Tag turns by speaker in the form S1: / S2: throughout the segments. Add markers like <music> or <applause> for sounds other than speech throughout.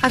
S1: A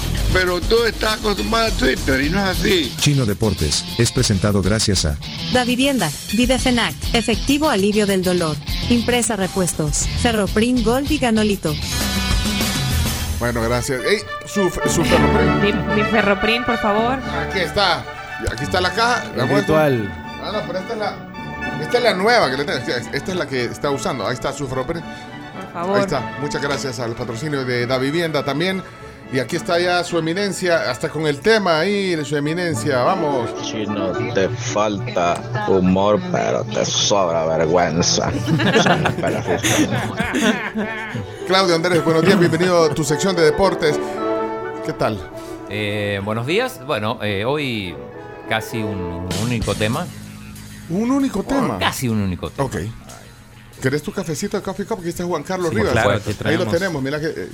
S2: Pero tú estás acostumbrado a Twitter y no es así.
S3: Chino Deportes es presentado gracias a
S1: Da Vivienda, Videfenac, Efectivo Alivio del Dolor, Impresa Repuestos, Ferroprim Gold y Ganolito.
S4: Bueno, gracias. ¡Ey! Su, su ferroprint.
S5: Mi, mi ferroprint, por favor.
S4: Aquí está. Aquí está la caja. La
S6: El
S4: muerto.
S6: ritual.
S4: Ah, no, pero esta es la. Esta es la nueva que le tengo. Esta es la que está usando. Ahí está su ferroprint.
S5: Por
S4: Ahí
S5: favor.
S4: está. Muchas gracias al patrocinio de Da Vivienda también. Y aquí está ya su eminencia, hasta con el tema ahí, su eminencia, vamos.
S7: Chino, te falta humor, pero te sobra
S8: <laughs>
S7: vergüenza.
S4: Claudio Andrés, buenos días, bienvenido a tu sección de deportes. ¿Qué tal?
S9: Eh, buenos días. Bueno, eh, hoy casi un único tema.
S4: Un único tema. Oh,
S9: Casi un único tema.
S4: Ok. ¿Querés tu cafecito de Coffee Cup? Aquí está Juan Carlos
S6: Sí, pues
S4: Rivas.
S6: claro,
S4: Ahí
S6: aquí
S4: lo
S6: traemos.
S4: tenemos, mira que... eh,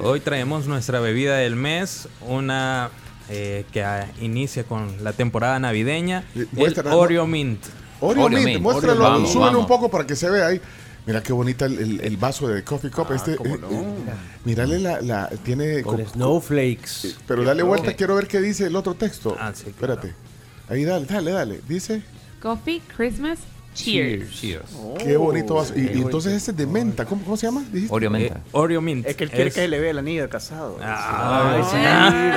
S6: Hoy traemos nuestra bebida del mes, una eh, que ah, inicia con la temporada navideña,
S4: Eh,
S6: el
S4: muestra, ¿no?
S6: Oreo Mint.
S4: Oreo
S9: Oreo
S4: Mint,
S9: Mint,
S4: muéstralo,
S9: Oreo Mint.
S4: súbelo un
S9: Vamos,
S4: poco para que se vea ahí. Mira qué bonita el, el- el vaso de Coffee Cup. este, eh, eh, mírale la, la- tiene...
S10: Con
S4: co-
S10: snowflakes.
S4: Pero dale vuelta,
S9: Sí.
S4: quiero ver qué dice el otro texto.
S6: Ah, sí, claro.
S4: Espérate. Ahí dale, dale, dale. Dice,
S5: Coffee, Christmas, cheers.
S9: Cheers.
S4: qué bonito vaso. Y, y entonces este es de menta. ¿Cómo, cómo se llama? Dijiste.
S9: Oreo
S6: Eh,
S9: menta.
S6: Oreo Mint.
S11: Es que él quiere que se le vea el anillo de casado.
S6: Ah,
S11: Ay,
S6: sí.
S11: sí,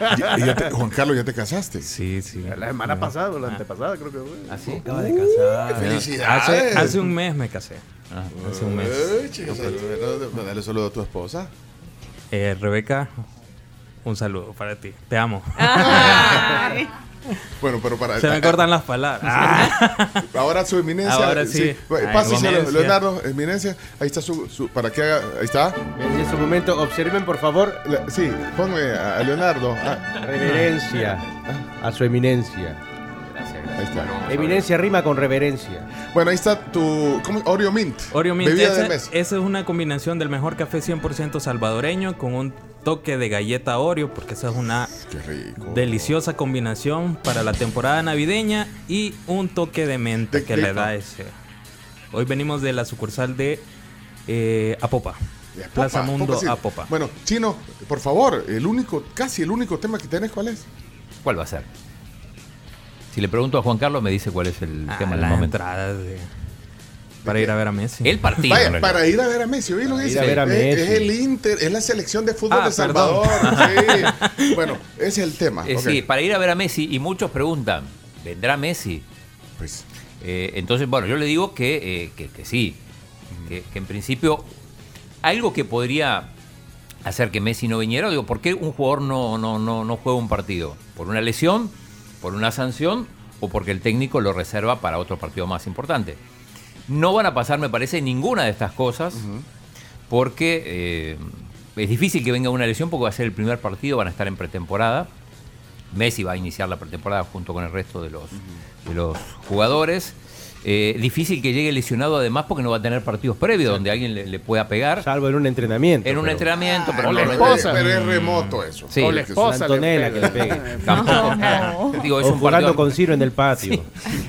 S11: bravo.
S4: Ya- ya te- Juan Carlos, ya te casaste.
S6: Sí, sí. Ah.
S11: La semana pasada o la antepasada, creo que fue. Uh,
S9: Así.
S10: ¿Ah, Acaba de casar. Ah.
S4: Felicidades.
S6: Hace, hace un mes me casé. Hace un mes.
S4: Ay, chicos, saludos. Dale saludo a tu esposa.
S6: Eh, Rebeca, un saludo para ti. Te amo.
S10: Ah.
S5: Ay. <laughs>
S4: Bueno, pero para.
S6: <laughs> Se me cortan
S10: <laughs>
S6: las palabras. Ah.
S4: Ahora su eminencia.
S6: Ahora sí. Ahí,
S4: Pásese,
S6: eminencia.
S4: Leonardo, eminencia. Ahí está su. su- para que haga. Ahí está.
S11: En su momento, observen por favor
S4: La- sí, ponme a, a Leonardo. Ah,
S11: reverencia a su eminencia.
S4: ahí está.
S11: Eminencia rima con reverencia.
S4: Bueno, ahí está tu. ¿Cómo es? Oreo Mint.
S6: Oreo Mint, Eh,
S4: Bebida
S6: esa,
S4: del mes.
S6: esa es una combinación del mejor café 100% salvadoreño con un toque de galleta Oreo, porque esa es una
S4: Qué rico.
S6: deliciosa combinación para la temporada navideña y un toque de menta
S4: De-
S6: que
S4: de-
S6: le da ese. Hoy venimos de la sucursal de eh, Apopa.
S4: De Apopa,
S6: Plaza Mundo
S4: sí.
S6: Apopa.
S4: Bueno, Chino, por favor, el único, casi el único tema que tenés, ¿cuál es?
S9: ¿Cuál va a ser? Si le pregunto a Juan Carlos, me dice cuál es el
S6: Ah,
S9: tema del
S6: la
S9: momento.
S6: entrada de- para ir a ver a Messi.
S9: El partido. en
S4: Vaya,
S9: realidad.
S4: para ir a ver a Messi, oí lo que
S11: Para ir
S4: dice.
S11: a ver a
S4: es,
S11: Messi.
S4: es el Inter, es la selección de fútbol
S6: Ah,
S4: de Salvador.
S6: <laughs>
S4: sí. Bueno, ese es el tema.
S9: Eh,
S4: ok.
S9: Sí, para ir a ver a Messi. Y muchos preguntan, ¿vendrá Messi?
S4: Pues,
S9: Eh, entonces, bueno, yo le digo que, eh, que, que sí. Que, que en principio, algo que podría hacer que Messi no viniera, digo, ¿por qué un jugador no, no, no, no juega un partido? ¿Por una lesión? ¿Por una sanción? ¿O porque el técnico lo reserva para otro partido más importante? No van a pasar, me parece, ninguna de estas cosas, porque eh, es difícil que venga una lesión, porque va a ser el primer partido, van a estar en pretemporada. Messi va a iniciar la pretemporada junto con el resto de los, de los jugadores. Eh, difícil que llegue lesionado además porque no va a tener partidos previos donde alguien le, le pueda pegar
S11: Salvo en un entrenamiento.
S9: en un
S11: pero-
S9: entrenamiento, pero
S4: o
S9: no
S4: Ah, la
S9: lo-
S4: esposa. Pero es remoto eso.
S9: Sí.
S4: O la
S9: La
S4: esposa.
S11: Una Antonella que le pegue.
S9: tampoco. <laughs> Digo, es
S11: O
S9: un,
S11: jugando
S9: partido,
S11: con Ciro en el patio.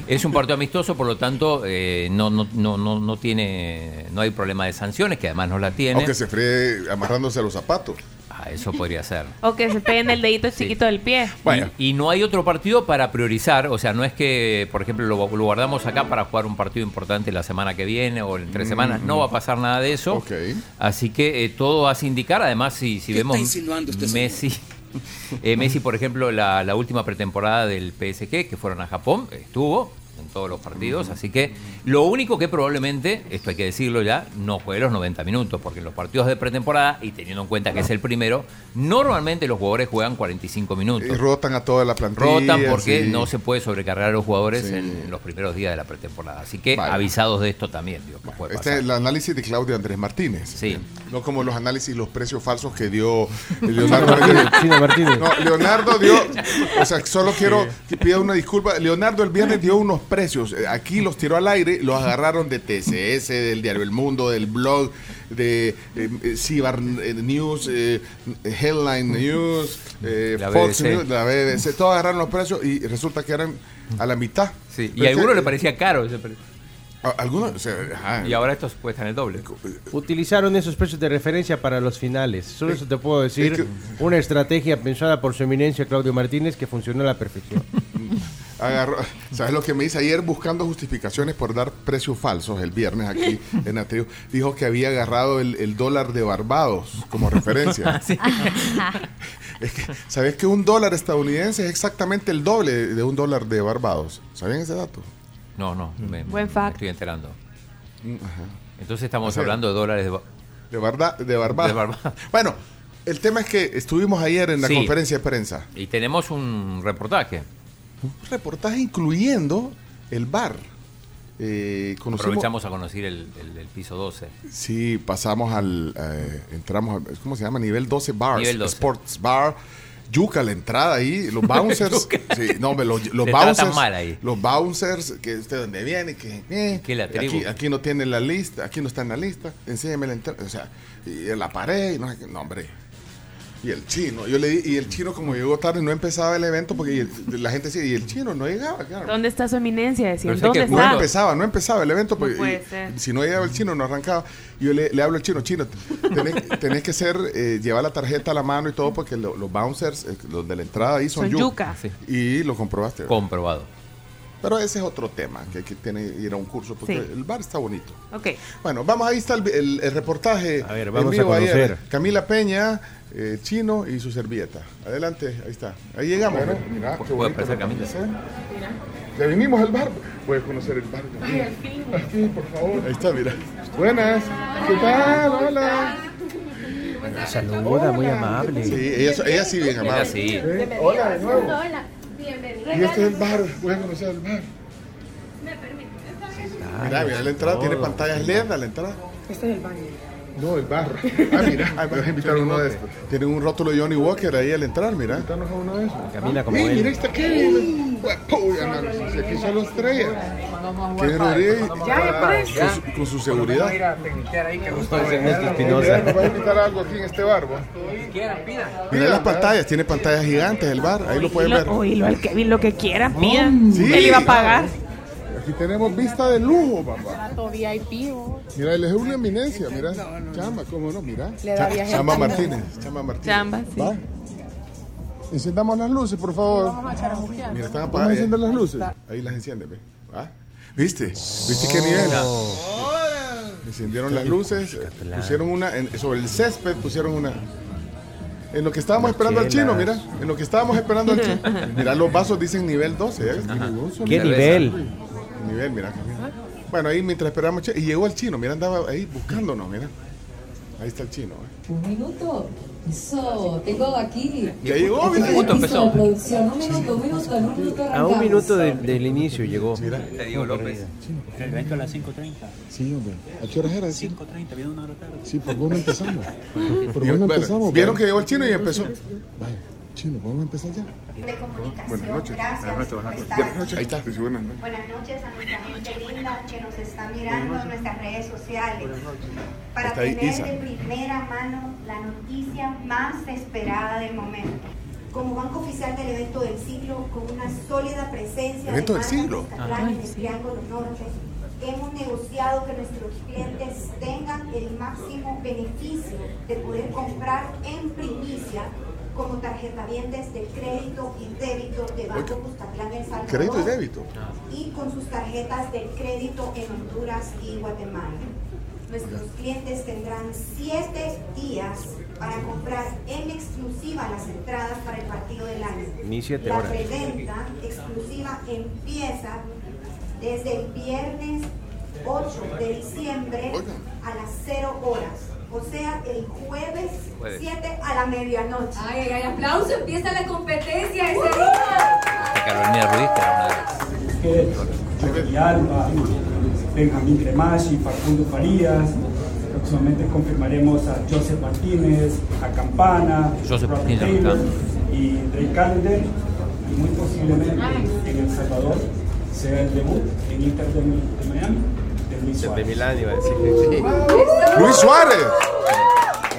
S9: es un partido amistoso, por lo tanto eh, no, no, no, no, no tiene, no hay problema de sanciones, que además no la tiene.
S4: Aunque se fríe amarrándose a los zapatos.
S9: Ah, eso podría ser.
S5: O que se peguen el dedito chiquito del pie.
S4: Bueno.
S9: Y, y no hay otro partido para priorizar, o sea, no es que, por ejemplo, lo, lo guardamos acá para jugar un partido importante la semana que viene o en tres semanas, no va a pasar nada de eso.
S4: Mm, Ok.
S9: Así que eh, todo hace indicar, además, si, si
S12: ¿Qué
S9: vemos
S12: está insinuando usted, señor?
S9: Messi, <laughs> eh, Messi, por ejemplo, la, la última pretemporada del PSG, que fueron a Japón, estuvo. todos los
S4: Mm.
S9: partidos. Así que lo único que probablemente, esto hay que decirlo ya, no juegue los 90 minutos, porque en los partidos de pretemporada, y teniendo en
S4: Ah.
S9: cuenta que es el primero, normalmente los jugadores juegan 45 minutos.
S4: Y rotan a toda la plantilla.
S9: Rotan porque
S4: sí.
S9: no se puede sobrecargar a los jugadores
S4: Sí.
S9: en los primeros días de la pretemporada. Así que avisados de esto también, digo, que puede
S4: Este es
S9: pasar.
S4: el análisis de Claudio Andrés Martínez.
S9: Sí.
S4: No como los análisis, los precios falsos que dio Leonardo Martínez.
S11: Chino Martínez.
S4: No, Leonardo dio, o sea, solo quiero que pida una disculpa. Leonardo el viernes dio unos precios. Eh, Aquí los tiró al aire, los agarraron de TCS, del diario El Mundo, del blog, de eh, eh, Cibar eh, News, eh, Headline News, eh,
S9: La
S4: Fox
S9: BBC.
S4: News, la BBC. Todos agarraron los precios y resulta que eran a la mitad.
S9: Sí,
S4: Pero
S9: y a
S4: este es que-
S9: alguno le parecía caro ese pre-
S4: a- Algunos, Ah, o sea, ajá.
S9: Y ahora estos cuestan el doble.
S11: Utilizaron esos precios de referencia para los finales. Solo eso te puedo decir. Una estrategia pensada por su eminencia Claudio Martínez que funcionó a la perfección.
S4: Agarró- ¿Sabes lo que me hice ayer buscando justificaciones por dar precios falsos el viernes
S9: <laughs>
S4: aquí en Ateo? Dijo que había agarrado el, el dólar de Barbados como
S9: <laughs>
S4: referencia. <laughs> Es que, ¿Sabes que un dólar estadounidense es exactamente el doble de un dólar de Barbados? ¿Sabían ese dato?
S9: No, no, me,
S5: Buen
S9: me
S5: fact.
S9: estoy enterando.
S4: Mm, Ajá.
S9: Entonces estamos
S4: O sea,
S9: hablando de dólares de... ba-
S4: De, Barda- de Barbados.
S9: De Barbados.
S4: <laughs> Bueno, el tema es que estuvimos ayer en la
S9: Sí.
S4: conferencia de prensa.
S9: Y tenemos un reportaje.
S4: Un reportaje incluyendo el bar. Eh, conocimos-
S9: Aprovechamos a conocer el, el- el piso 12.
S4: Eh. Sí, pasamos al. eh, entramos al. ¿Cómo se llama? Nivel 12 Bars.
S9: Nivel 12.
S4: Sports Bar. Yuca la entrada ahí,
S9: <laughs>
S4: los bouncers.
S9: Yuca.
S4: sí, no, hombre, los, los
S9: Te tratan
S4: bouncers.
S9: mal ahí.
S4: Los bouncers, que usted dónde viene, que. eh,
S9: Que la tribu.
S4: aquí, aquí no tiene la lista, aquí no está en la lista, enséñame la entrada. O sea, y en la pared, y no, sé qué, no, hombre. Y el chino, yo le di, y el chino como llegó tarde no empezaba el evento porque y el- la gente decía, y el chino no llegaba, claro.
S5: ¿Dónde está su eminencia? Decían,
S9: Pero sé que
S5: ¿dónde
S4: No
S5: está?
S4: empezaba, no empezaba el evento. Porque,
S5: puede
S4: y-
S5: ser.
S4: si no llegaba el chino, no arrancaba. Yo le, le hablo al chino, chino,
S5: <laughs>
S4: tenés, tenés que ser, eh, llevar la tarjeta a la mano y todo, porque lo- los bouncers, eh, los de la entrada ahí son,
S5: Son
S4: yu-
S5: yuca.
S9: Sí.
S4: Y lo comprobaste. ¿verdad?
S9: Comprobado.
S4: Pero ese es otro tema, que hay que tener, ir a un curso, porque
S5: Sí.
S4: el bar está bonito.
S5: Ok.
S4: Bueno, vamos, ahí está el, el- el reportaje.
S11: A ver,
S4: en
S11: vamos a
S4: vivo ayer.
S11: conocer.
S4: Camila Peña, eh, Chino y su servilleta. Adelante, ahí está. Ahí llegamos, ¿no? Mira, qué
S9: Puede
S4: bonito.
S9: aparecer Camila.
S4: Ya vinimos al bar. Voy a conocer el bar. Camila. Aquí, por favor. Ahí está, mira. Buenas. ¿Qué tal? Hola.
S11: Saluda, muy amable.
S4: Sí, ella, ella sí bien amable.
S9: Ella sí.
S4: ¿Eh? Hola de nuevo. Hola. Y este es el bar. Voy a conocer el bar. Mira, mira la entrada, tiene pantallas LED a la entrada. Este No, el bar. Ah, <laughs> mira, ah, vas a invitar a uno de estos. Tienen un rótulo de Johnny Walker ahí al entrar, mira. Invitarnos a uno de esos.
S11: Camina como
S4: Ey, mira, ahí
S11: él.
S4: está Kevin. Uy, hermano, si Aquí son los estrellas. Kevin Rodríguez con su- con su seguridad.
S11: Espinosa.
S4: Nos va a invitar algo aquí en este bar, vos. Mira las pantallas, tiene pantallas gigantes el bar, ahí lo pueden ver. Oh,
S5: Oílo, oílo al Kevin, lo que quiera, pida.
S4: sí.
S5: Él iba a pagar.
S4: Aquí tenemos vista de lujo, papá.
S13: oh.
S4: Mira, él es una eminencia, mira. Chama, cómo no, mira. Cha- Chama Martínez, Chama Martínez.
S5: Chamba, sí.
S4: Va. Encendamos las luces, por favor. Mira, están apagadas. Encienden las luces. Ahí las enciende, ve. ¿Va? ¿Viste? ¿Viste qué nivel? Oh. Encendieron las luces, eh, pusieron una, en- sobre el césped pusieron una. En lo que estábamos esperando al chino, mira. En lo que estábamos esperando al <laughs> chino. Mira, los vasos dicen nivel 12. ¿eh?
S11: ¿Qué nivel?
S4: Nivel, mira. mira. Bueno, ahí mientras esperamos, che- y llegó el chino, mira, andaba ahí buscándonos, mira. Ahí está el chino. ¿eh?
S14: Un minuto. Eso, tengo aquí.
S4: Ya llegó, mira.
S9: Justo empezó.
S14: Producción, un minuto, un minuto, en un minuto
S11: Este A un
S14: arrancamos.
S11: minuto de- del inicio llegó.
S4: Mira.
S9: Te digo López.
S15: El evento a las 5.30.
S4: Sí, hombre. ¿A qué horas era? Sí,
S15: 5.30, viene una hora tarde.
S4: sí ¿por qué
S15: <laughs>
S4: no empezamos? ¿Por
S3: qué no empezamos,
S4: Vieron
S3: bro?
S4: que llegó el chino y empezó.
S3: Chino, vamos a empezar ya.
S4: Buenas noches. Buenas noches, buenas noches. Ahí está. pues, Sí, buenas noches.
S8: Buenas noches a nuestra gente linda que nos está mirando en nuestras redes sociales. Para
S4: Está ahí
S8: tener
S4: Isa.
S8: de primera mano la noticia más esperada del momento. Como banco oficial del evento del siglo, con una sólida presencia
S4: ¿Evento del
S8: de marcas
S4: siglo?
S8: destacadas en el Triángulo Norte, hemos negociado que nuestros clientes tengan el máximo beneficio de poder comprar en primicia como tarjetavientes de crédito y débito de Banco Bustatlán El Salvador
S4: Crédito y débito.
S8: y con sus tarjetas de crédito en Honduras y Guatemala. Nuestros clientes tendrán siete días para comprar en exclusiva las entradas para el partido del año.
S11: Ni siete
S8: La
S11: horas.
S8: preventa exclusiva empieza desde el viernes 8 de diciembre a las 0 horas. O sea, el jueves
S9: Jueves.
S8: 7 a la medianoche.
S14: Ay, ay, ay, aplauso, empieza la competencia ese
S9: La Carolina Ruiz, que era
S16: Márquez, Jordi Alba, Benjamín Cremashi, Facundo Farías. Próximamente confirmaremos a Joseph Martínez, a Campana,
S9: Joseph
S16: Rob
S9: Martínez,
S16: Taylor
S9: Campana.
S16: y Drake Calendar. Y muy posiblemente en El Salvadador sea el debut en Inter de, de Miami de Luis Suárez.
S13: De Milán iba a decir.
S4: Luis Suárez.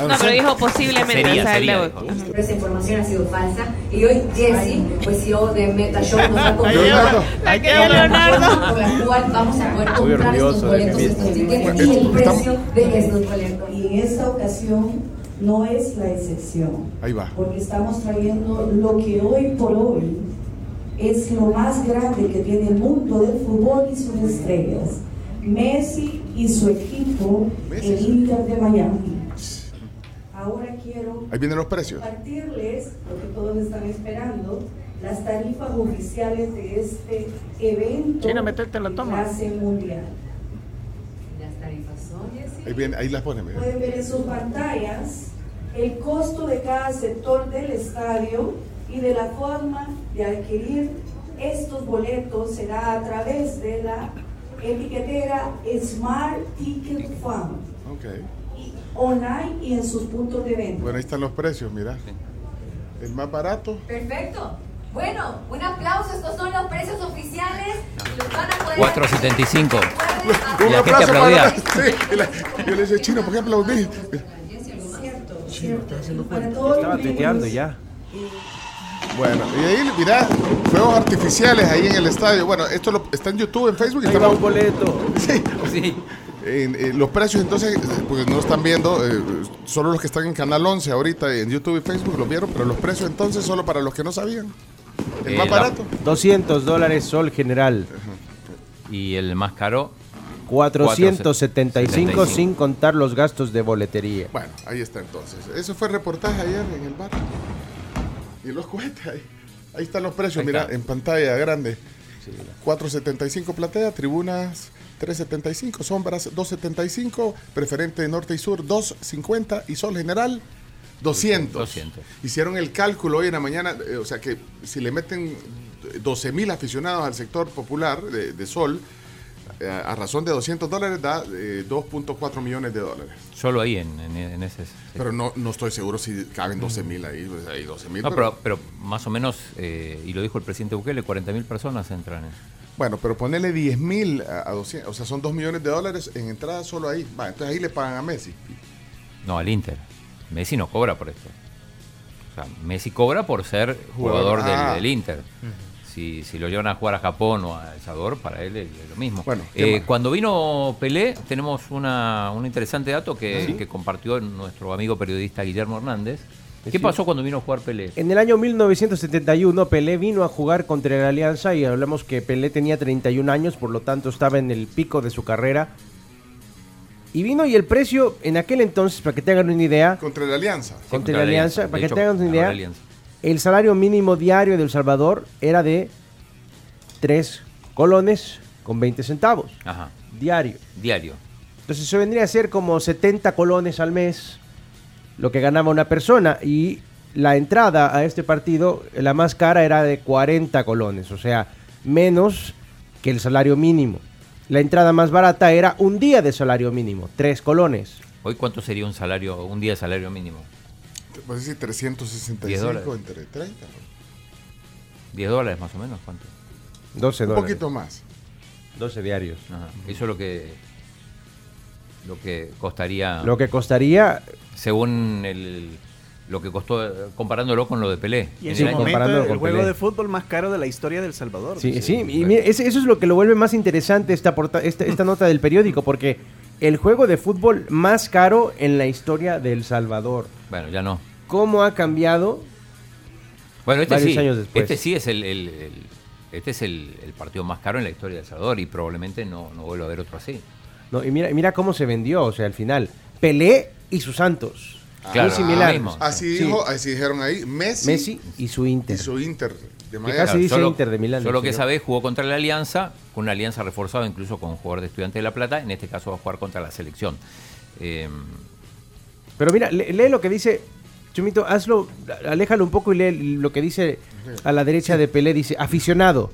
S4: Ah,
S5: No, pero dijo posiblemente.
S13: Sería,
S5: o sea,
S13: sería,
S5: el-
S14: Pero esa información ha sido falsa. Y hoy Jesse, pues CEO de MetaShow, nos va a contar
S4: Leonardo.
S14: la
S4: queda Leonardo.
S14: por la cual vamos a poder
S4: Estoy
S14: comprar estos
S4: orgulloso de mí
S14: boletos.
S4: mismo.
S14: Así que
S4: Bueno,
S14: di el
S4: estamos-
S14: precio de estos boletos. Y en esta ocasión no es la excepción.
S4: Ahí va.
S14: porque estamos trayendo lo que hoy por hoy es lo más grande que tiene el mundo del fútbol y sus estrellas. Messi y su equipo, el Inter de Miami. Ahora quiero
S4: Ahí vienen los precios.
S14: compartirles lo que todos están esperando, las tarifas oficiales de este evento
S5: Chino, meterte la toma.
S4: Ah.
S14: de clase mundial. Las tarifas son
S4: Ahí, viene, ahí las ponen. mira.
S14: Pueden ver en sus pantallas el costo de cada sector del estadio y de la forma de adquirir estos boletos será a través de la etiquetera Smart Ticket Fan
S4: Ok.
S14: online y en sus puntos de venta.
S4: Bueno, ahí están los precios, mira. El más barato.
S14: Perfecto. Bueno, un aplauso. Estos son los precios oficiales. Los van a poder.
S9: 475.
S4: Un
S9: Y la gente
S4: aplauso para.
S9: aplaudía.
S4: Sí, y la- <laughs> yo le decía, chino, ¿por qué aplaudís? Chino, estás haciendo cuenta.
S10: Estaba tuiteando ya.
S4: Bueno, y ahí, mirá, fuegos artificiales ahí en el estadio. Bueno, esto lo- está en YouTube, en Facebook. Ahí un boleto. Sí. En- en los precios, entonces, eh, porque no lo están viendo, eh, solo los que están en Canal 11 ahorita en YouTube y Facebook lo vieron, pero los precios entonces solo para los que no sabían. El más barato.
S11: 200 dólares sol general.
S9: Y el más caro.
S11: 475 sin contar los gastos de boletería.
S4: Bueno, ahí está entonces. Eso fue reportaje ayer en el bar. Y los cohetes ahí. Ahí están los precios, mira, en pantalla grande. 4.75 platea, tribunas 3.75, sombras 2.75, preferente norte y sur 2.50 y sol general 200.
S9: 200.
S4: Hicieron el cálculo hoy en la mañana, eh, o sea que si le meten 12 mil aficionados al sector popular de, de sol, eh, a razón de 200 dólares da eh, 2.4 millones de dólares.
S9: Solo ahí en, en- en ese. sí.
S4: Pero no, no estoy seguro si caben 12 mil ahí, pues, hay 12 mil.
S9: No, pero, pero más o menos, eh, y lo dijo el presidente Bukele, 40.000 personas entran. en-
S4: Bueno, pero ponele 10 mil a, a 200, o sea, son 2 millones de dólares en entrada solo ahí. Va, entonces ahí le pagan a Messi.
S9: No, al Inter. Messi no cobra por esto. O sea, Messi cobra por ser
S4: Jugador.
S9: jugador del,
S4: Ah.
S9: del Inter. Si, si lo llevan a jugar a Japón o a El Salvador, para él es lo mismo.
S4: Bueno,
S9: Eh,
S4: ¿qué más?
S9: cuando vino Pelé, tenemos una, un interesante dato que, que compartió nuestro amigo periodista Guillermo Hernández. ¿Qué
S11: Sí.
S9: pasó cuando vino a jugar Pelé?
S11: En el año 1971 Pelé vino a jugar contra la Alianza y hablamos que Pelé tenía 31 años, por lo tanto estaba en el pico de su carrera. Y vino y el precio en aquel entonces, para que te hagan una idea,
S4: Contra la Alianza.
S11: contra la Alianza,
S9: De
S11: para que
S9: hecho,
S11: te hagan una
S9: ganó la
S11: idea,
S9: Alianza.
S11: el salario mínimo diario de El Salvador era de 3 colones con 20 centavos
S9: Ajá,
S11: diario.
S9: diario.
S11: Entonces eso vendría a ser como 70 colones al mes lo que ganaba una persona y la entrada a este partido, la más cara era de 40 colones, o sea, menos que el salario mínimo. La entrada más barata era un día de salario mínimo, 3 colones.
S9: ¿Hoy cuánto sería un salario, un día de salario mínimo?
S4: Pues sí,
S9: 10
S4: 365
S9: dólares.
S4: entre 30.
S9: 10 dólares más o menos, ¿cuánto?
S11: 12
S4: Un
S11: dólares.
S4: poquito más.
S11: 12 diarios.
S9: Ajá. Eso es lo que, lo que costaría...
S11: Lo que costaría
S9: según el, lo que costó, eh, comparándolo con lo de Pelé.
S17: Y en
S9: En el
S17: su
S9: año-
S17: momento
S11: comparándolo
S17: el
S11: con
S17: juego
S11: Pelé.
S17: de fútbol más caro de la historia del Salvador.
S11: Sí, sí, y mira, ese- eso es lo que lo vuelve más interesante esta, porta- esta, esta nota del periódico, porque el juego de fútbol más caro en la historia de El Salvador.
S9: Bueno, ya no.
S11: ¿Cómo ha cambiado?
S9: Bueno, este
S11: Varios
S9: sí,
S11: años después.
S9: este sí es el, el- el- este es el, el partido más caro en la historia de El Salvador y probablemente no, no vuelva a haber otro así.
S11: No, y mira, mira cómo se vendió, o sea, al final. Pelé y sus Santos. Muy Ah. similar.
S4: Así,
S11: Sí.
S4: dijo, así dijeron ahí, Messi,
S11: Messi y su Inter.
S4: y su Inter. De
S11: Que
S4: Miami.
S11: casi dice
S9: solo-
S11: Inter de Milán.
S9: Solo
S11: el
S9: que
S11: señor.
S9: esa vez jugó contra la Alianza, con una Alianza reforzada incluso con jugador de Estudiantes de La Plata. En este caso va a jugar contra la selección. Eh,
S11: Pero mira, le- lee lo que dice. Chumito, hazlo, aléjalo un poco y lee lo que dice a la derecha de Pelé. Dice, aficionado,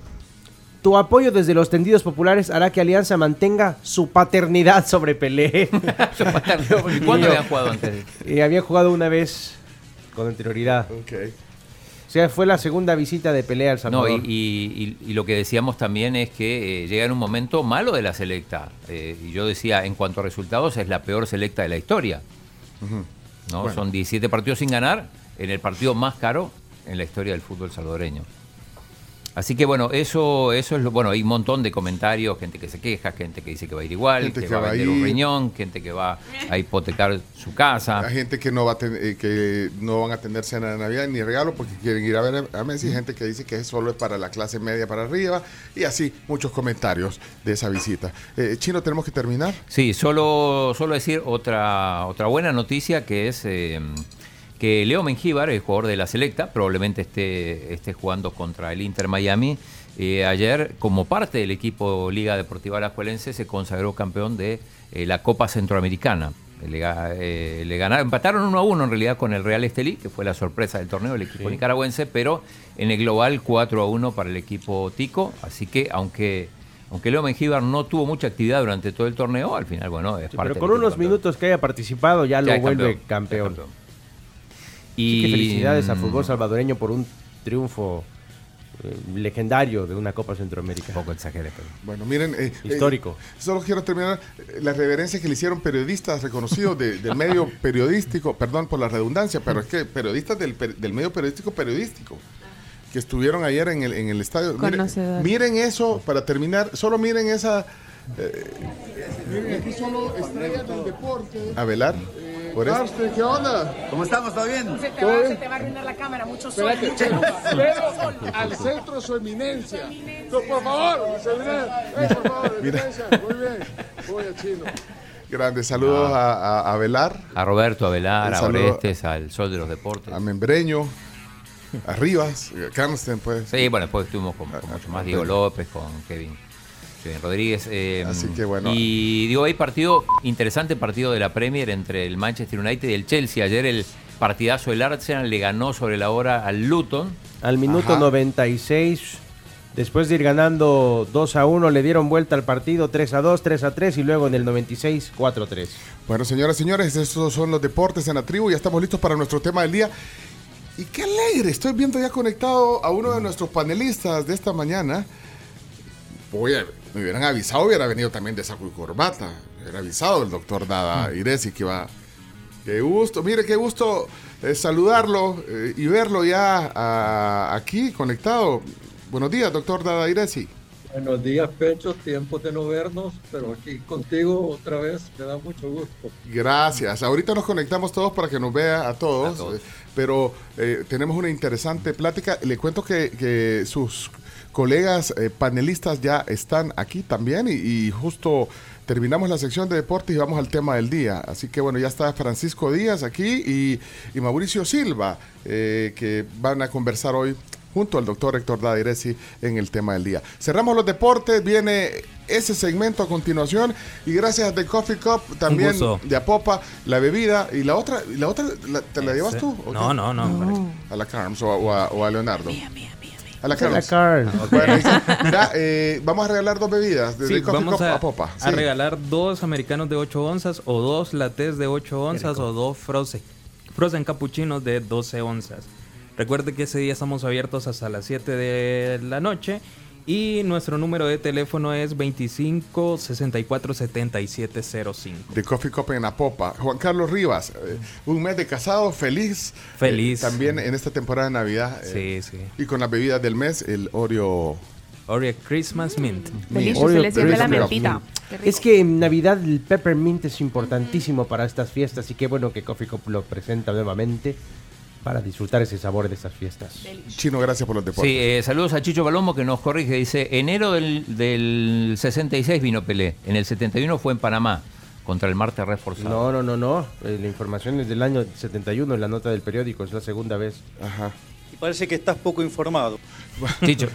S11: tu apoyo desde los tendidos populares hará que Alianza mantenga su paternidad sobre
S9: <laughs>
S11: Pelé. <laughs>
S9: ¿Y cuándo habían jugado antes?
S11: Y eh, había jugado una vez con anterioridad. O sea, fue la segunda visita de Pelé al
S9: No,
S11: Salvador.
S9: y, y- y- y lo que decíamos también es que eh, llega en un momento malo de la selecta. Eh, y yo decía, en cuanto a resultados, es la peor selecta de la historia. ¿no?
S4: Bueno.
S9: Son 17 partidos sin ganar en el partido más caro en la historia del fútbol salvadoreño. Así que bueno, eso, eso es lo bueno. Hay un montón de comentarios, gente que se queja, gente que dice que va a ir igual,
S4: Gente
S9: que,
S4: que
S9: va a
S4: va a
S9: vender un
S4: ir.
S9: riñón, gente que va a hipotecar su casa.
S4: <laughs> Hay gente que no va a ten- eh, que no van a tener cena de Navidad ni regalo porque quieren ir a ver a Messi, gente que dice que es solo es para la clase media para arriba y así muchos comentarios de esa visita. Eh, Chino, tenemos que terminar.
S9: Sí, solo, solo decir otra, otra buena noticia que es eh, que Leo Mengíbar, el jugador de la selecta, probablemente esté, esté jugando contra el Inter Miami. Eh, ayer, como parte del equipo Liga Deportiva Alajuelense, se consagró campeón de eh, la Copa Centroamericana. Le, ga- eh, le ganaron, empataron 1 a 1 en realidad con el Real Estelí, que fue la sorpresa del torneo, el equipo
S6: Sí.
S9: nicaragüense, pero en el global 4 a 1 para el equipo Tico. Así que, aunque, aunque Leo Mengíbar no tuvo mucha actividad durante todo el torneo, al final, bueno, es
S11: Sí, pero
S9: parte del
S11: con
S9: equipo
S11: unos
S9: campeón.
S11: minutos que haya participado ya lo
S9: Ya es
S11: vuelve
S9: campeón,
S11: campeón.
S9: ya es campeón.
S11: Así que
S9: Y-
S11: felicidades al fútbol salvadoreño por un triunfo eh, legendario de una Copa Centroamérica.
S9: poco exageré, pero...
S4: Bueno, miren, eh, eh,
S11: Histórico.
S4: solo quiero terminar eh, la reverencia que le hicieron periodistas reconocidos de- del medio periodístico, perdón por la redundancia, pero es que periodistas del, per- del medio periodístico periodístico que estuvieron ayer en el, en el estadio. Miren,
S5: Conocedor.
S4: miren eso para terminar, solo miren esa eh,
S3: Miren, aquí solo estrellas del deporte.
S4: Avelar. Por eso.
S3: Carsten,
S4: <laughs>
S3: ¿qué onda? ¿Cómo estamos? ¿Todo bien?
S13: Se te, va, se te va a arruinar la cámara, mucho sol,
S3: Espérate,
S13: mucha
S3: pero,
S13: luz.
S3: pero al centro su eminencia. No, por favor, su eminencia. Eh, por favor,
S4: Mira.
S3: eminencia. Muy bien. Voy a chino.
S4: Grandes saludos a, a, a Velar,
S9: A Roberto, a Velar,
S4: Un
S9: a
S4: saludo.
S9: Orestes, al Sol de los Deportes.
S4: a Membreño, a Rivas, a Carsten, pues.
S9: Sí, bueno, después estuvimos con, con mucho más Diego López, con Kevin, Kevin Rodríguez. eh,
S4: Así que bueno.
S9: Y digo, hay partido, interesante partido de la Premier entre el Manchester United y el Chelsea. Ayer el partidazo del Arsenal le ganó sobre la hora al Luton.
S11: Al minuto
S9: Ajá.
S11: 96, después de ir ganando 2 a 1, le dieron vuelta al partido 3 a 2, 3 a 3 y luego en el 96, 4 a 3.
S4: Bueno, señoras y señores, estos son los deportes en la tribu. Ya estamos listos para nuestro tema del día. Y qué alegre, estoy viendo ya conectado a uno de nuestros panelistas de esta mañana. Voy a- me hubieran avisado, hubiera venido también de saco y corbata. Hubiera avisado el doctor Dada Iresi que va. Qué gusto, mire, qué gusto eh, saludarlo eh, y verlo ya ah, aquí conectado. Buenos días, doctor Dada Iresi.
S18: Buenos días, Pecho. Tiempo de no vernos, pero aquí contigo otra vez me da mucho gusto.
S4: Gracias. Ahorita nos conectamos todos para que nos vea a todos, eh, pero eh, tenemos una interesante plática. Le cuento que, que sus colegas eh, panelistas ya están aquí también y, y justo terminamos la sección de deportes y vamos al tema del día. Así que bueno, ya está Francisco Díaz aquí y, y Mauricio Silva, eh, que van a conversar hoy junto al doctor Héctor Dadiresi en el tema del día. Cerramos los deportes, viene ese segmento a continuación y gracias a The Coffee Cup también
S6: gusto.
S4: de Apopa, la bebida y la otra, y la otra la- ¿te la llevas
S6: Ese-
S4: tú? ¿o
S6: no,
S4: qué?
S6: no, no, No. hombre.
S4: A la Carms o, a- o a, o a Leonardo. A la
S6: Es a
S4: Carms.
S6: la Carms.
S4: Ah, ok. Bueno, dice, ya, eh, vamos a regalar dos bebidas de
S6: Sí,
S4: The Coffee
S6: vamos
S4: Cup a
S6: a,
S4: Apopa.
S6: a
S4: Sí.
S6: regalar dos americanos de 8 onzas o dos latés de 8 onzas o dos frozen, frozen capuchinos de 12 onzas. Recuerde que ese día estamos abiertos hasta las 7 de la noche y nuestro número de teléfono es 25 64 77 05.
S4: de Coffee Cup en Apopa. Juan Carlos Rivas, eh, un mes de casado, feliz.
S6: Feliz.
S4: Eh, también en esta temporada de Navidad. eh,
S6: Sí, sí.
S4: Y con las bebidas del mes, el Oreo.
S6: Oreo Christmas Mint.
S4: Delicious,
S11: Oreo
S4: se le sirve la
S11: Christmas
S4: mentita.
S11: Mint.
S4: Qué rico.
S11: Es que en Navidad el peppermint es importantísimo para estas fiestas y qué bueno que Coffee Cup lo presenta nuevamente para disfrutar ese sabor de estas fiestas.
S4: Chino, gracias por los deportes.
S9: Sí, eh, saludos a Chicho Palomo que nos corrige. Dice, enero del, del 66 vino Pelé, en el 71 fue en Panamá. contra el Marte reforzado.
S19: No, no, no, no. Eh, La información es del año 71, en la nota del periódico, es la segunda vez.
S4: Ajá.
S20: Y parece que estás poco informado.
S4: <laughs>
S9: Chicho.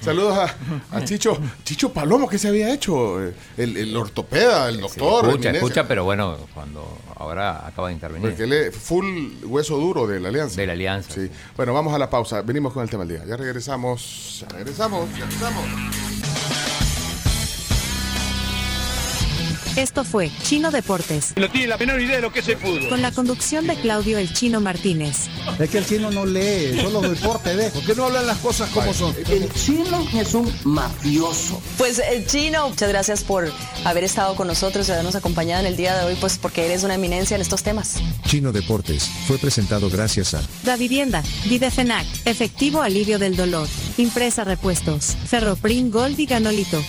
S4: Saludos a, a Chicho. Chicho Palomo, ¿qué se había hecho? eh, El, el ortopeda, el doctor.
S9: escucha,
S4: eminencia.
S9: escucha, pero bueno, cuando ahora acaba de intervenir.
S4: Porque él es full hueso duro de la alianza. De la alianza. Sí. Bueno, vamos a la pausa. Venimos con el tema del día. Ya regresamos. Ya regresamos. Ya regresamos.
S14: Esto fue Chino Deportes,
S11: No tiene la menor idea de lo que es el fútbol.
S14: con la conducción de Claudio El Chino Martínez.
S3: Es que el chino no lee, solo deporte ve. ¿Por qué no hablan las cosas como son?
S21: El chino es un mafioso. Pues el chino, muchas gracias por haber estado con nosotros y habernos acompañado en el día de hoy, pues porque eres una eminencia en estos temas.
S22: Chino Deportes fue presentado gracias a
S14: Da Vivienda, Videfenac, efectivo alivio del dolor, impresa repuestos, Ferroprim Gold y Ganolito.